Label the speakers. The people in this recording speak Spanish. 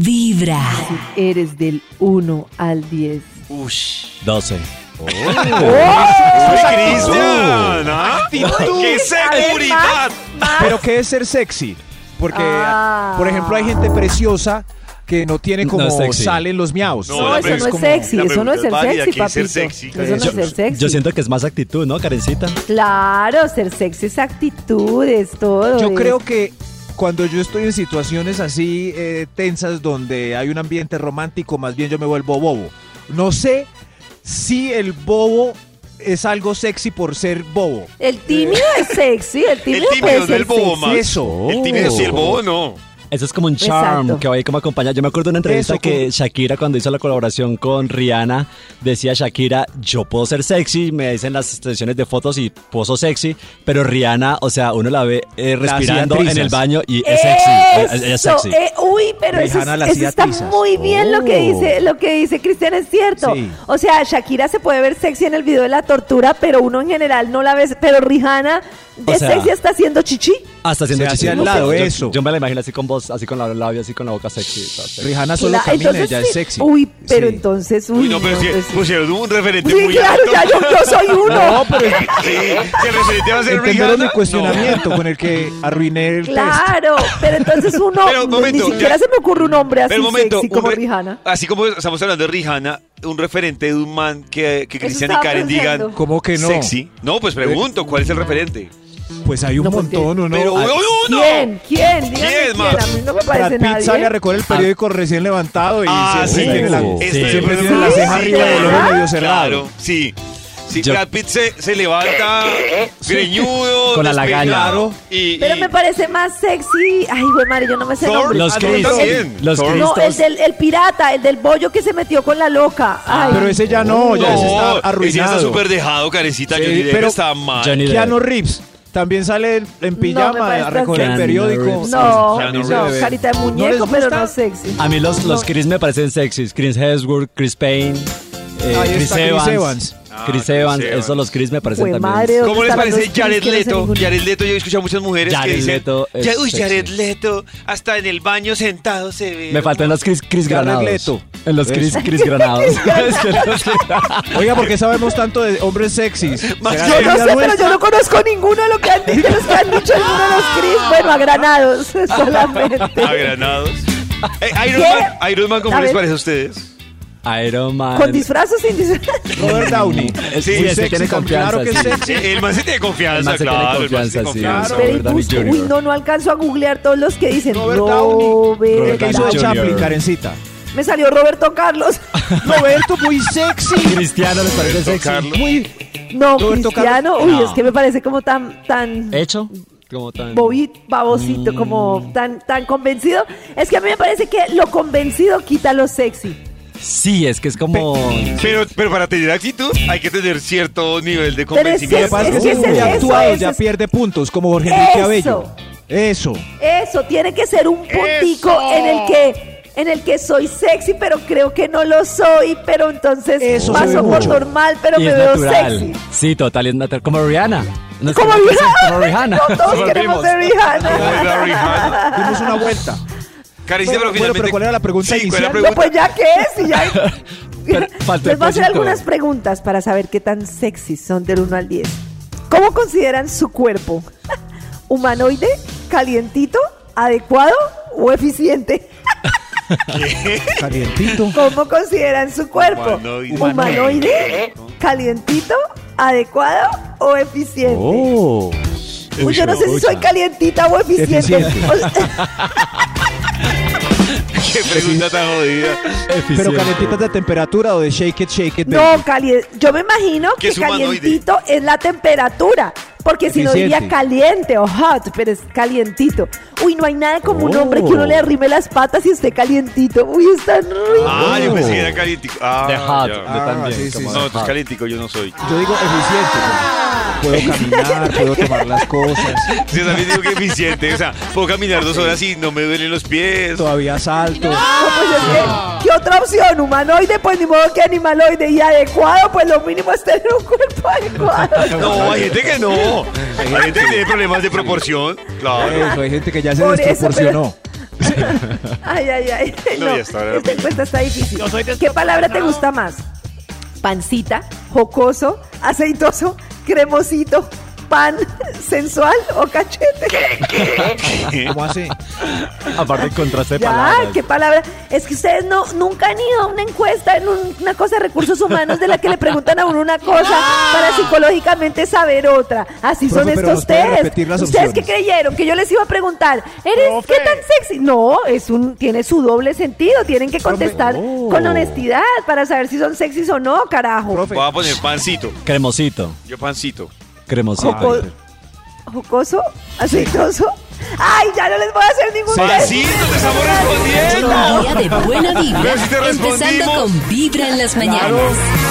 Speaker 1: Vibra.
Speaker 2: Eres del 1 al 10.
Speaker 3: Ush.
Speaker 4: 12.
Speaker 3: ¡Uy, Cristian! ¿ah? ¡Qué seguridad!
Speaker 5: Pero ¿qué es ser sexy? Porque,
Speaker 2: Ah.
Speaker 5: por ejemplo, hay gente preciosa que no tiene
Speaker 4: No
Speaker 5: como
Speaker 4: es sexy.
Speaker 5: salen los miaos.
Speaker 3: No,
Speaker 2: No,
Speaker 3: la
Speaker 2: eso no
Speaker 3: pregunta
Speaker 2: es
Speaker 3: es como-
Speaker 2: sexy,
Speaker 3: la
Speaker 2: eso no
Speaker 3: pregunta
Speaker 2: es
Speaker 3: es
Speaker 2: ser
Speaker 3: válida,
Speaker 2: sexy,
Speaker 3: ¿qué es ser
Speaker 2: papito.
Speaker 3: sexy?
Speaker 2: Eso no
Speaker 4: yo,
Speaker 2: es ser sexy.
Speaker 4: yo siento que es más actitud, ¿no, Karencita?
Speaker 2: Claro, ser sexy es actitudes, todo.
Speaker 5: Yo
Speaker 2: es-
Speaker 5: creo que cuando yo estoy en situaciones así eh, tensas donde hay un ambiente romántico, más bien yo me vuelvo bobo. No sé si el bobo es algo sexy por ser bobo.
Speaker 2: El tímido es sexy, el tímido,
Speaker 3: tímido
Speaker 2: puede
Speaker 3: es
Speaker 2: ser
Speaker 3: el bobo,
Speaker 2: sexy.
Speaker 3: Max.
Speaker 5: Eso.
Speaker 3: El tímido sí, el bobo no.
Speaker 4: Eso es como un charm
Speaker 2: Exacto.
Speaker 4: que va ahí como acompañado. Yo me acuerdo de una entrevista
Speaker 5: Eso,
Speaker 4: que Shakira, cuando hizo la colaboración con Rihanna, decía Shakira, yo puedo ser sexy, me dicen las sesiones de fotos y poso sexy, pero Rihanna, o sea, uno la ve eh,
Speaker 5: La hacía
Speaker 4: respirando en
Speaker 5: trizas.
Speaker 4: el baño y es sexy.
Speaker 2: Eso,
Speaker 4: Ella es sexy.
Speaker 2: eh, uy, pero eso, es-
Speaker 5: Rihanna la
Speaker 2: eso
Speaker 5: hacía
Speaker 2: está
Speaker 5: trizas.
Speaker 2: muy bien lo que
Speaker 4: Oh.
Speaker 2: dice, lo que dice Cristian es cierto.
Speaker 5: Sí.
Speaker 2: O sea, Shakira se puede ver sexy en el video de la tortura, pero uno en general no la ve, pero Rihanna
Speaker 4: O
Speaker 2: es
Speaker 4: sea,
Speaker 2: sexy está haciendo chichi.
Speaker 4: Hasta haciendo
Speaker 5: Se
Speaker 4: chichi.
Speaker 5: hacía al lado,
Speaker 4: yo,
Speaker 5: eso.
Speaker 4: Yo me la imagino así con voz, así con los labios, así con la boca sexy. toda sexy.
Speaker 5: Rihanna Ah, solo
Speaker 2: La-
Speaker 5: camina
Speaker 2: entonces
Speaker 5: y ya es
Speaker 2: sí.
Speaker 5: sexy.
Speaker 2: Uy, pero
Speaker 5: Sí.
Speaker 2: entonces uy,
Speaker 3: Uy, no, pero sí,
Speaker 2: entonces-
Speaker 3: pusieron un referente
Speaker 2: Sí,
Speaker 3: muy
Speaker 2: claro,
Speaker 3: alto.
Speaker 2: ya yo, yo soy uno.
Speaker 5: No, pero
Speaker 3: Sí, que el referente va a ser
Speaker 5: entendieron
Speaker 3: Rihanna.
Speaker 5: mi cuestionamiento con el que arruiné el test.
Speaker 2: Claro, pero entonces uno
Speaker 3: Pero, un momento,
Speaker 2: ni siquiera
Speaker 3: ya-
Speaker 2: se me ocurre un hombre así
Speaker 3: Pero un momento,
Speaker 2: sexy
Speaker 3: un
Speaker 2: como
Speaker 3: re-
Speaker 2: Rihanna.
Speaker 3: Así como estamos hablando de Rihanna, un referente de un man que, que Cristian y
Speaker 2: estaba
Speaker 3: Karen
Speaker 2: pensando.
Speaker 3: digan
Speaker 5: ¿Cómo que no?
Speaker 3: sexy. No, pues pregunto, ¿cuál es el referente?
Speaker 5: Pues hay un
Speaker 2: No, pues,
Speaker 5: montón, ¿o ¿no?
Speaker 3: Pero
Speaker 5: Ah,
Speaker 3: uno, uno.
Speaker 2: ¿Quién? ¿quién? Díganme
Speaker 3: ¿Quién,
Speaker 2: ¿Quién?
Speaker 3: Max?
Speaker 2: A mí no me
Speaker 5: Brad
Speaker 2: parece
Speaker 5: Pitt sale a
Speaker 2: nadie.
Speaker 5: recoger el periódico recién levantado y
Speaker 3: Ah,
Speaker 5: siempre
Speaker 3: sí.
Speaker 5: tiene la,
Speaker 4: Uh,
Speaker 3: Este-
Speaker 5: siempre tiene la
Speaker 2: Sí,
Speaker 5: ceja arriba del ojo
Speaker 2: ¿verdad?
Speaker 5: medio cerrado.
Speaker 3: Claro, sí. Sí,
Speaker 4: Yo-
Speaker 3: Brad Pitt se, se levanta greñudo,
Speaker 4: Con la lagaña.
Speaker 3: despeinado, Y,
Speaker 2: Pero
Speaker 3: y-
Speaker 2: me parece más sexy. Ay, güey, madre, yo no me sé el
Speaker 3: Thor,
Speaker 2: nombre.
Speaker 4: Los
Speaker 3: Ah,
Speaker 4: Chris,
Speaker 3: también.
Speaker 4: los
Speaker 3: Thor.
Speaker 4: Chris.
Speaker 2: No, el
Speaker 4: Cristos.
Speaker 2: del el pirata, el del bollo que se metió con la loca. Ay,
Speaker 5: Ah, Pero ese ya no, ya ese está
Speaker 3: ese ya
Speaker 5: arruinado.
Speaker 3: está súper dejado, carecita.
Speaker 5: Sí,
Speaker 3: Johnny Depp
Speaker 5: pero-
Speaker 3: está mal.
Speaker 4: Johnny
Speaker 5: Keanu Reeves también sale en- en
Speaker 2: me
Speaker 5: pijama
Speaker 2: parece
Speaker 5: a recoger el
Speaker 4: tan-
Speaker 5: periódico.
Speaker 2: no,
Speaker 3: Ya
Speaker 2: no,
Speaker 3: no
Speaker 5: se ve.
Speaker 2: carita de
Speaker 5: ¿No les
Speaker 2: muñeco, pero
Speaker 5: gusta?
Speaker 2: no sexy.
Speaker 4: A mí los, los Chris me parecen sexys. Chris Hemsworth, Chris Payne, eh,
Speaker 5: Ahí
Speaker 4: Chris,
Speaker 5: está Chris
Speaker 4: Evans,
Speaker 5: Evans.
Speaker 3: Ah,
Speaker 4: Chris
Speaker 3: Chris
Speaker 4: Evans.
Speaker 3: Evans.
Speaker 4: Esos los Chris me parecen
Speaker 2: Jue
Speaker 4: también.
Speaker 2: madre,
Speaker 3: ¿Cómo
Speaker 2: ¿Dónde
Speaker 3: les
Speaker 2: están los
Speaker 3: parece
Speaker 2: Chris
Speaker 3: Jared
Speaker 2: que no sé
Speaker 3: Leto?
Speaker 2: ninguno?
Speaker 3: Jared Leto, yo he escuchado a muchas mujeres
Speaker 4: Jared
Speaker 3: que dicen,
Speaker 4: Leto es
Speaker 3: "Ya, uy, Jared
Speaker 4: sexy".
Speaker 3: Leto, hasta en el baño sentado se ve.
Speaker 4: Me faltan los Chris, Chris
Speaker 5: Jared
Speaker 4: Granados.
Speaker 5: Leto.
Speaker 4: En los Chris, Chris Granados. Es que los que-
Speaker 5: Oiga, ¿por qué sabemos tanto de hombres sexys?
Speaker 3: Más
Speaker 5: ¿Será
Speaker 3: que-
Speaker 2: Yo
Speaker 5: vida
Speaker 2: no sé, pero
Speaker 5: nuestra?
Speaker 2: yo no conozco ninguno de lo que han dicho, los que han dicho ninguno de los Chris. Bueno, a granados solamente.
Speaker 3: Agranados. Eh, Iron,
Speaker 2: ¿Qué?
Speaker 3: Man, Iron Man, ¿cómo
Speaker 2: A
Speaker 3: les
Speaker 2: ver.
Speaker 3: parece a ustedes?
Speaker 4: Iron Man.
Speaker 2: Con disfraz o sin disfraz.
Speaker 5: Robert Downey.
Speaker 4: Es-
Speaker 3: Sí, es
Speaker 4: sí, ese
Speaker 3: sexy,
Speaker 4: tiene confianza.
Speaker 5: claro que
Speaker 4: sí.
Speaker 5: es sexy.
Speaker 3: Sí, el man se tiene
Speaker 4: El
Speaker 3: confianza,
Speaker 4: man se tiene
Speaker 3: claro.
Speaker 4: confianza,
Speaker 3: el man se tiene
Speaker 4: sí,
Speaker 3: confianza.
Speaker 2: Pero
Speaker 4: Robert Downey
Speaker 2: busco-
Speaker 4: Jr..
Speaker 2: uy, no, no alcanzo a googlear todos los que dicen
Speaker 5: Robert
Speaker 2: Robert
Speaker 5: El que hizo de
Speaker 4: Downey
Speaker 5: Chaplin,
Speaker 4: Jr.
Speaker 5: Karencita.
Speaker 2: Me salió Roberto Carlos.
Speaker 5: Roberto, muy sexy.
Speaker 4: Cristiano les parece
Speaker 3: Roberto
Speaker 4: sexy.
Speaker 3: Carlos.
Speaker 5: Muy...
Speaker 2: No,
Speaker 5: Roberto
Speaker 2: Cristiano, uy,
Speaker 4: No.
Speaker 2: es que me parece como tan, tan
Speaker 4: Hecho. Como tan.
Speaker 2: bobi- babosito, como tan, tan convencido. Es que a mí me parece que lo convencido quita lo sexy.
Speaker 4: Sí, es que es como.
Speaker 3: Pero, pero para tener actitud hay que tener cierto nivel de
Speaker 2: Pero es que-
Speaker 5: Lo que
Speaker 3: convencimiento.
Speaker 5: pasa es que
Speaker 2: es
Speaker 5: si es
Speaker 2: que
Speaker 5: muy
Speaker 2: eso,
Speaker 5: actuado
Speaker 2: eso
Speaker 5: ya
Speaker 2: es-
Speaker 5: pierde puntos, como Jorge Enrique
Speaker 2: Eso.
Speaker 5: Abello. Eso.
Speaker 2: Eso, tiene que ser un puntico en el que en el que soy sexy, pero creo que no lo soy, pero entonces
Speaker 5: Eso se ve
Speaker 2: paso por
Speaker 5: mucho.
Speaker 2: normal, pero
Speaker 4: y
Speaker 2: me
Speaker 4: es
Speaker 2: veo
Speaker 4: natural.
Speaker 2: sexy.
Speaker 4: Sí, total, y es natural. Como Rihanna. No es
Speaker 2: Como
Speaker 4: que-
Speaker 2: Rihanna.
Speaker 4: Como Rihanna.
Speaker 2: No, todos queremos ser Rihanna.
Speaker 3: Ay, Rihanna.
Speaker 5: Dimos una vuelta.
Speaker 3: Karencita,
Speaker 5: Bueno,
Speaker 3: pero
Speaker 5: bueno,
Speaker 3: finalmente...
Speaker 5: pero ¿cuál era la pregunta
Speaker 3: Sí, ¿cuál era la
Speaker 2: No,
Speaker 3: pregunta?
Speaker 5: inicial?
Speaker 2: pues ya que es, y ya.
Speaker 4: Pero faltó
Speaker 2: Les
Speaker 4: el
Speaker 2: voy a hacer
Speaker 4: pollito.
Speaker 2: algunas preguntas para saber qué tan sexy son del 1 al 10. ¿Cómo consideran su cuerpo? ¿Humanoide? ¿Calientito? ¿Adecuado? ¿O eficiente?
Speaker 5: Calientito.
Speaker 2: ¿Cómo consideran su cuerpo?
Speaker 3: Humanoide.
Speaker 2: ¿Humanoide? ¿Calientito? ¿Adecuado? ¿O eficiente?
Speaker 4: Oh.
Speaker 2: Uy, yo no sé si soy calientita o eficiente.
Speaker 5: Eficiente.
Speaker 2: O sea,
Speaker 3: Qué pregunta tan jodida.
Speaker 5: Pero calentitas de temperatura o de shake it, shake it. baby.
Speaker 2: No, calien- yo me imagino que
Speaker 3: Que es humanoide.
Speaker 2: calientito es la temperatura. Porque si no diría
Speaker 5: Eficiente.
Speaker 2: caliente o hot, pero es calientito. Uy, no hay nada como un hombre que uno le arrime las patas y esté calientito. Uy, es tan rico.
Speaker 3: Ah, yo pensé que era calientico. Ah,
Speaker 4: De hot.
Speaker 3: ya.
Speaker 4: Yo
Speaker 5: Ah,
Speaker 4: también.
Speaker 5: sí, sí,
Speaker 4: como
Speaker 5: sí.
Speaker 4: de
Speaker 3: No, tú es
Speaker 4: hot.
Speaker 3: calientico, yo no soy.
Speaker 5: Yo digo eficiente. pues. Puedo caminar, puedo tomar las cosas.
Speaker 3: Sí, Yo también digo que eficiente. O sea, puedo caminar dos horas y no me duelen los pies.
Speaker 5: Todavía salto.
Speaker 2: No, pues es que, ¿qué otra opción? Humanoide, pues ni modo que animaloide. Y adecuado, pues lo mínimo es tener un cuerpo adecuado.
Speaker 3: No, hay gente que no. Hay gente que tiene problemas de proporción. Claro.
Speaker 5: Eh, Eso, hay gente que ya se
Speaker 2: Por eso,
Speaker 5: desproporcionó.
Speaker 2: pero- Ay, ay, ay.
Speaker 3: No, ya está, ahora
Speaker 2: esta
Speaker 3: la
Speaker 2: encuesta está difícil.
Speaker 5: Yo soy
Speaker 2: ¿Qué palabra te gusta más? ¿Pancita, jocoso, aceitoso, cremosito, pan, sensual o cachete?
Speaker 5: ¿Cómo así?
Speaker 4: Aparte el contraste de
Speaker 2: ya,
Speaker 4: palabras.
Speaker 2: qué palabra. Es que ustedes no, nunca han ido a una encuesta en un- una cosa de recursos humanos de la que le preguntan a uno una cosa para psicológicamente saber otra. Así
Speaker 5: Profe,
Speaker 2: son
Speaker 5: pero
Speaker 2: estos
Speaker 5: nos puede
Speaker 2: test.
Speaker 5: repetir las
Speaker 2: ¿Ustedes qué
Speaker 5: opciones.
Speaker 2: creyeron? Que yo les iba a preguntar, ¿eres qué tan sexy? No, es un, tiene su doble sentido. Tienen que contestar
Speaker 4: Oh.
Speaker 2: con honestidad para saber si son sexys o no, carajo.
Speaker 5: Profe.
Speaker 3: Voy a poner pancito.
Speaker 4: Cremosito,
Speaker 3: Yo pancito.
Speaker 4: cremosito.
Speaker 2: Joco-
Speaker 5: pero-
Speaker 2: jocoso, aceitoso. Ay, ya no les voy a hacer ningún test.
Speaker 3: ¡Pancito, te estamos respondiendo!
Speaker 1: Un día de buena vibra,
Speaker 3: Pero si te
Speaker 1: empezando
Speaker 3: respondimos.
Speaker 1: con Vibra en las mañanas.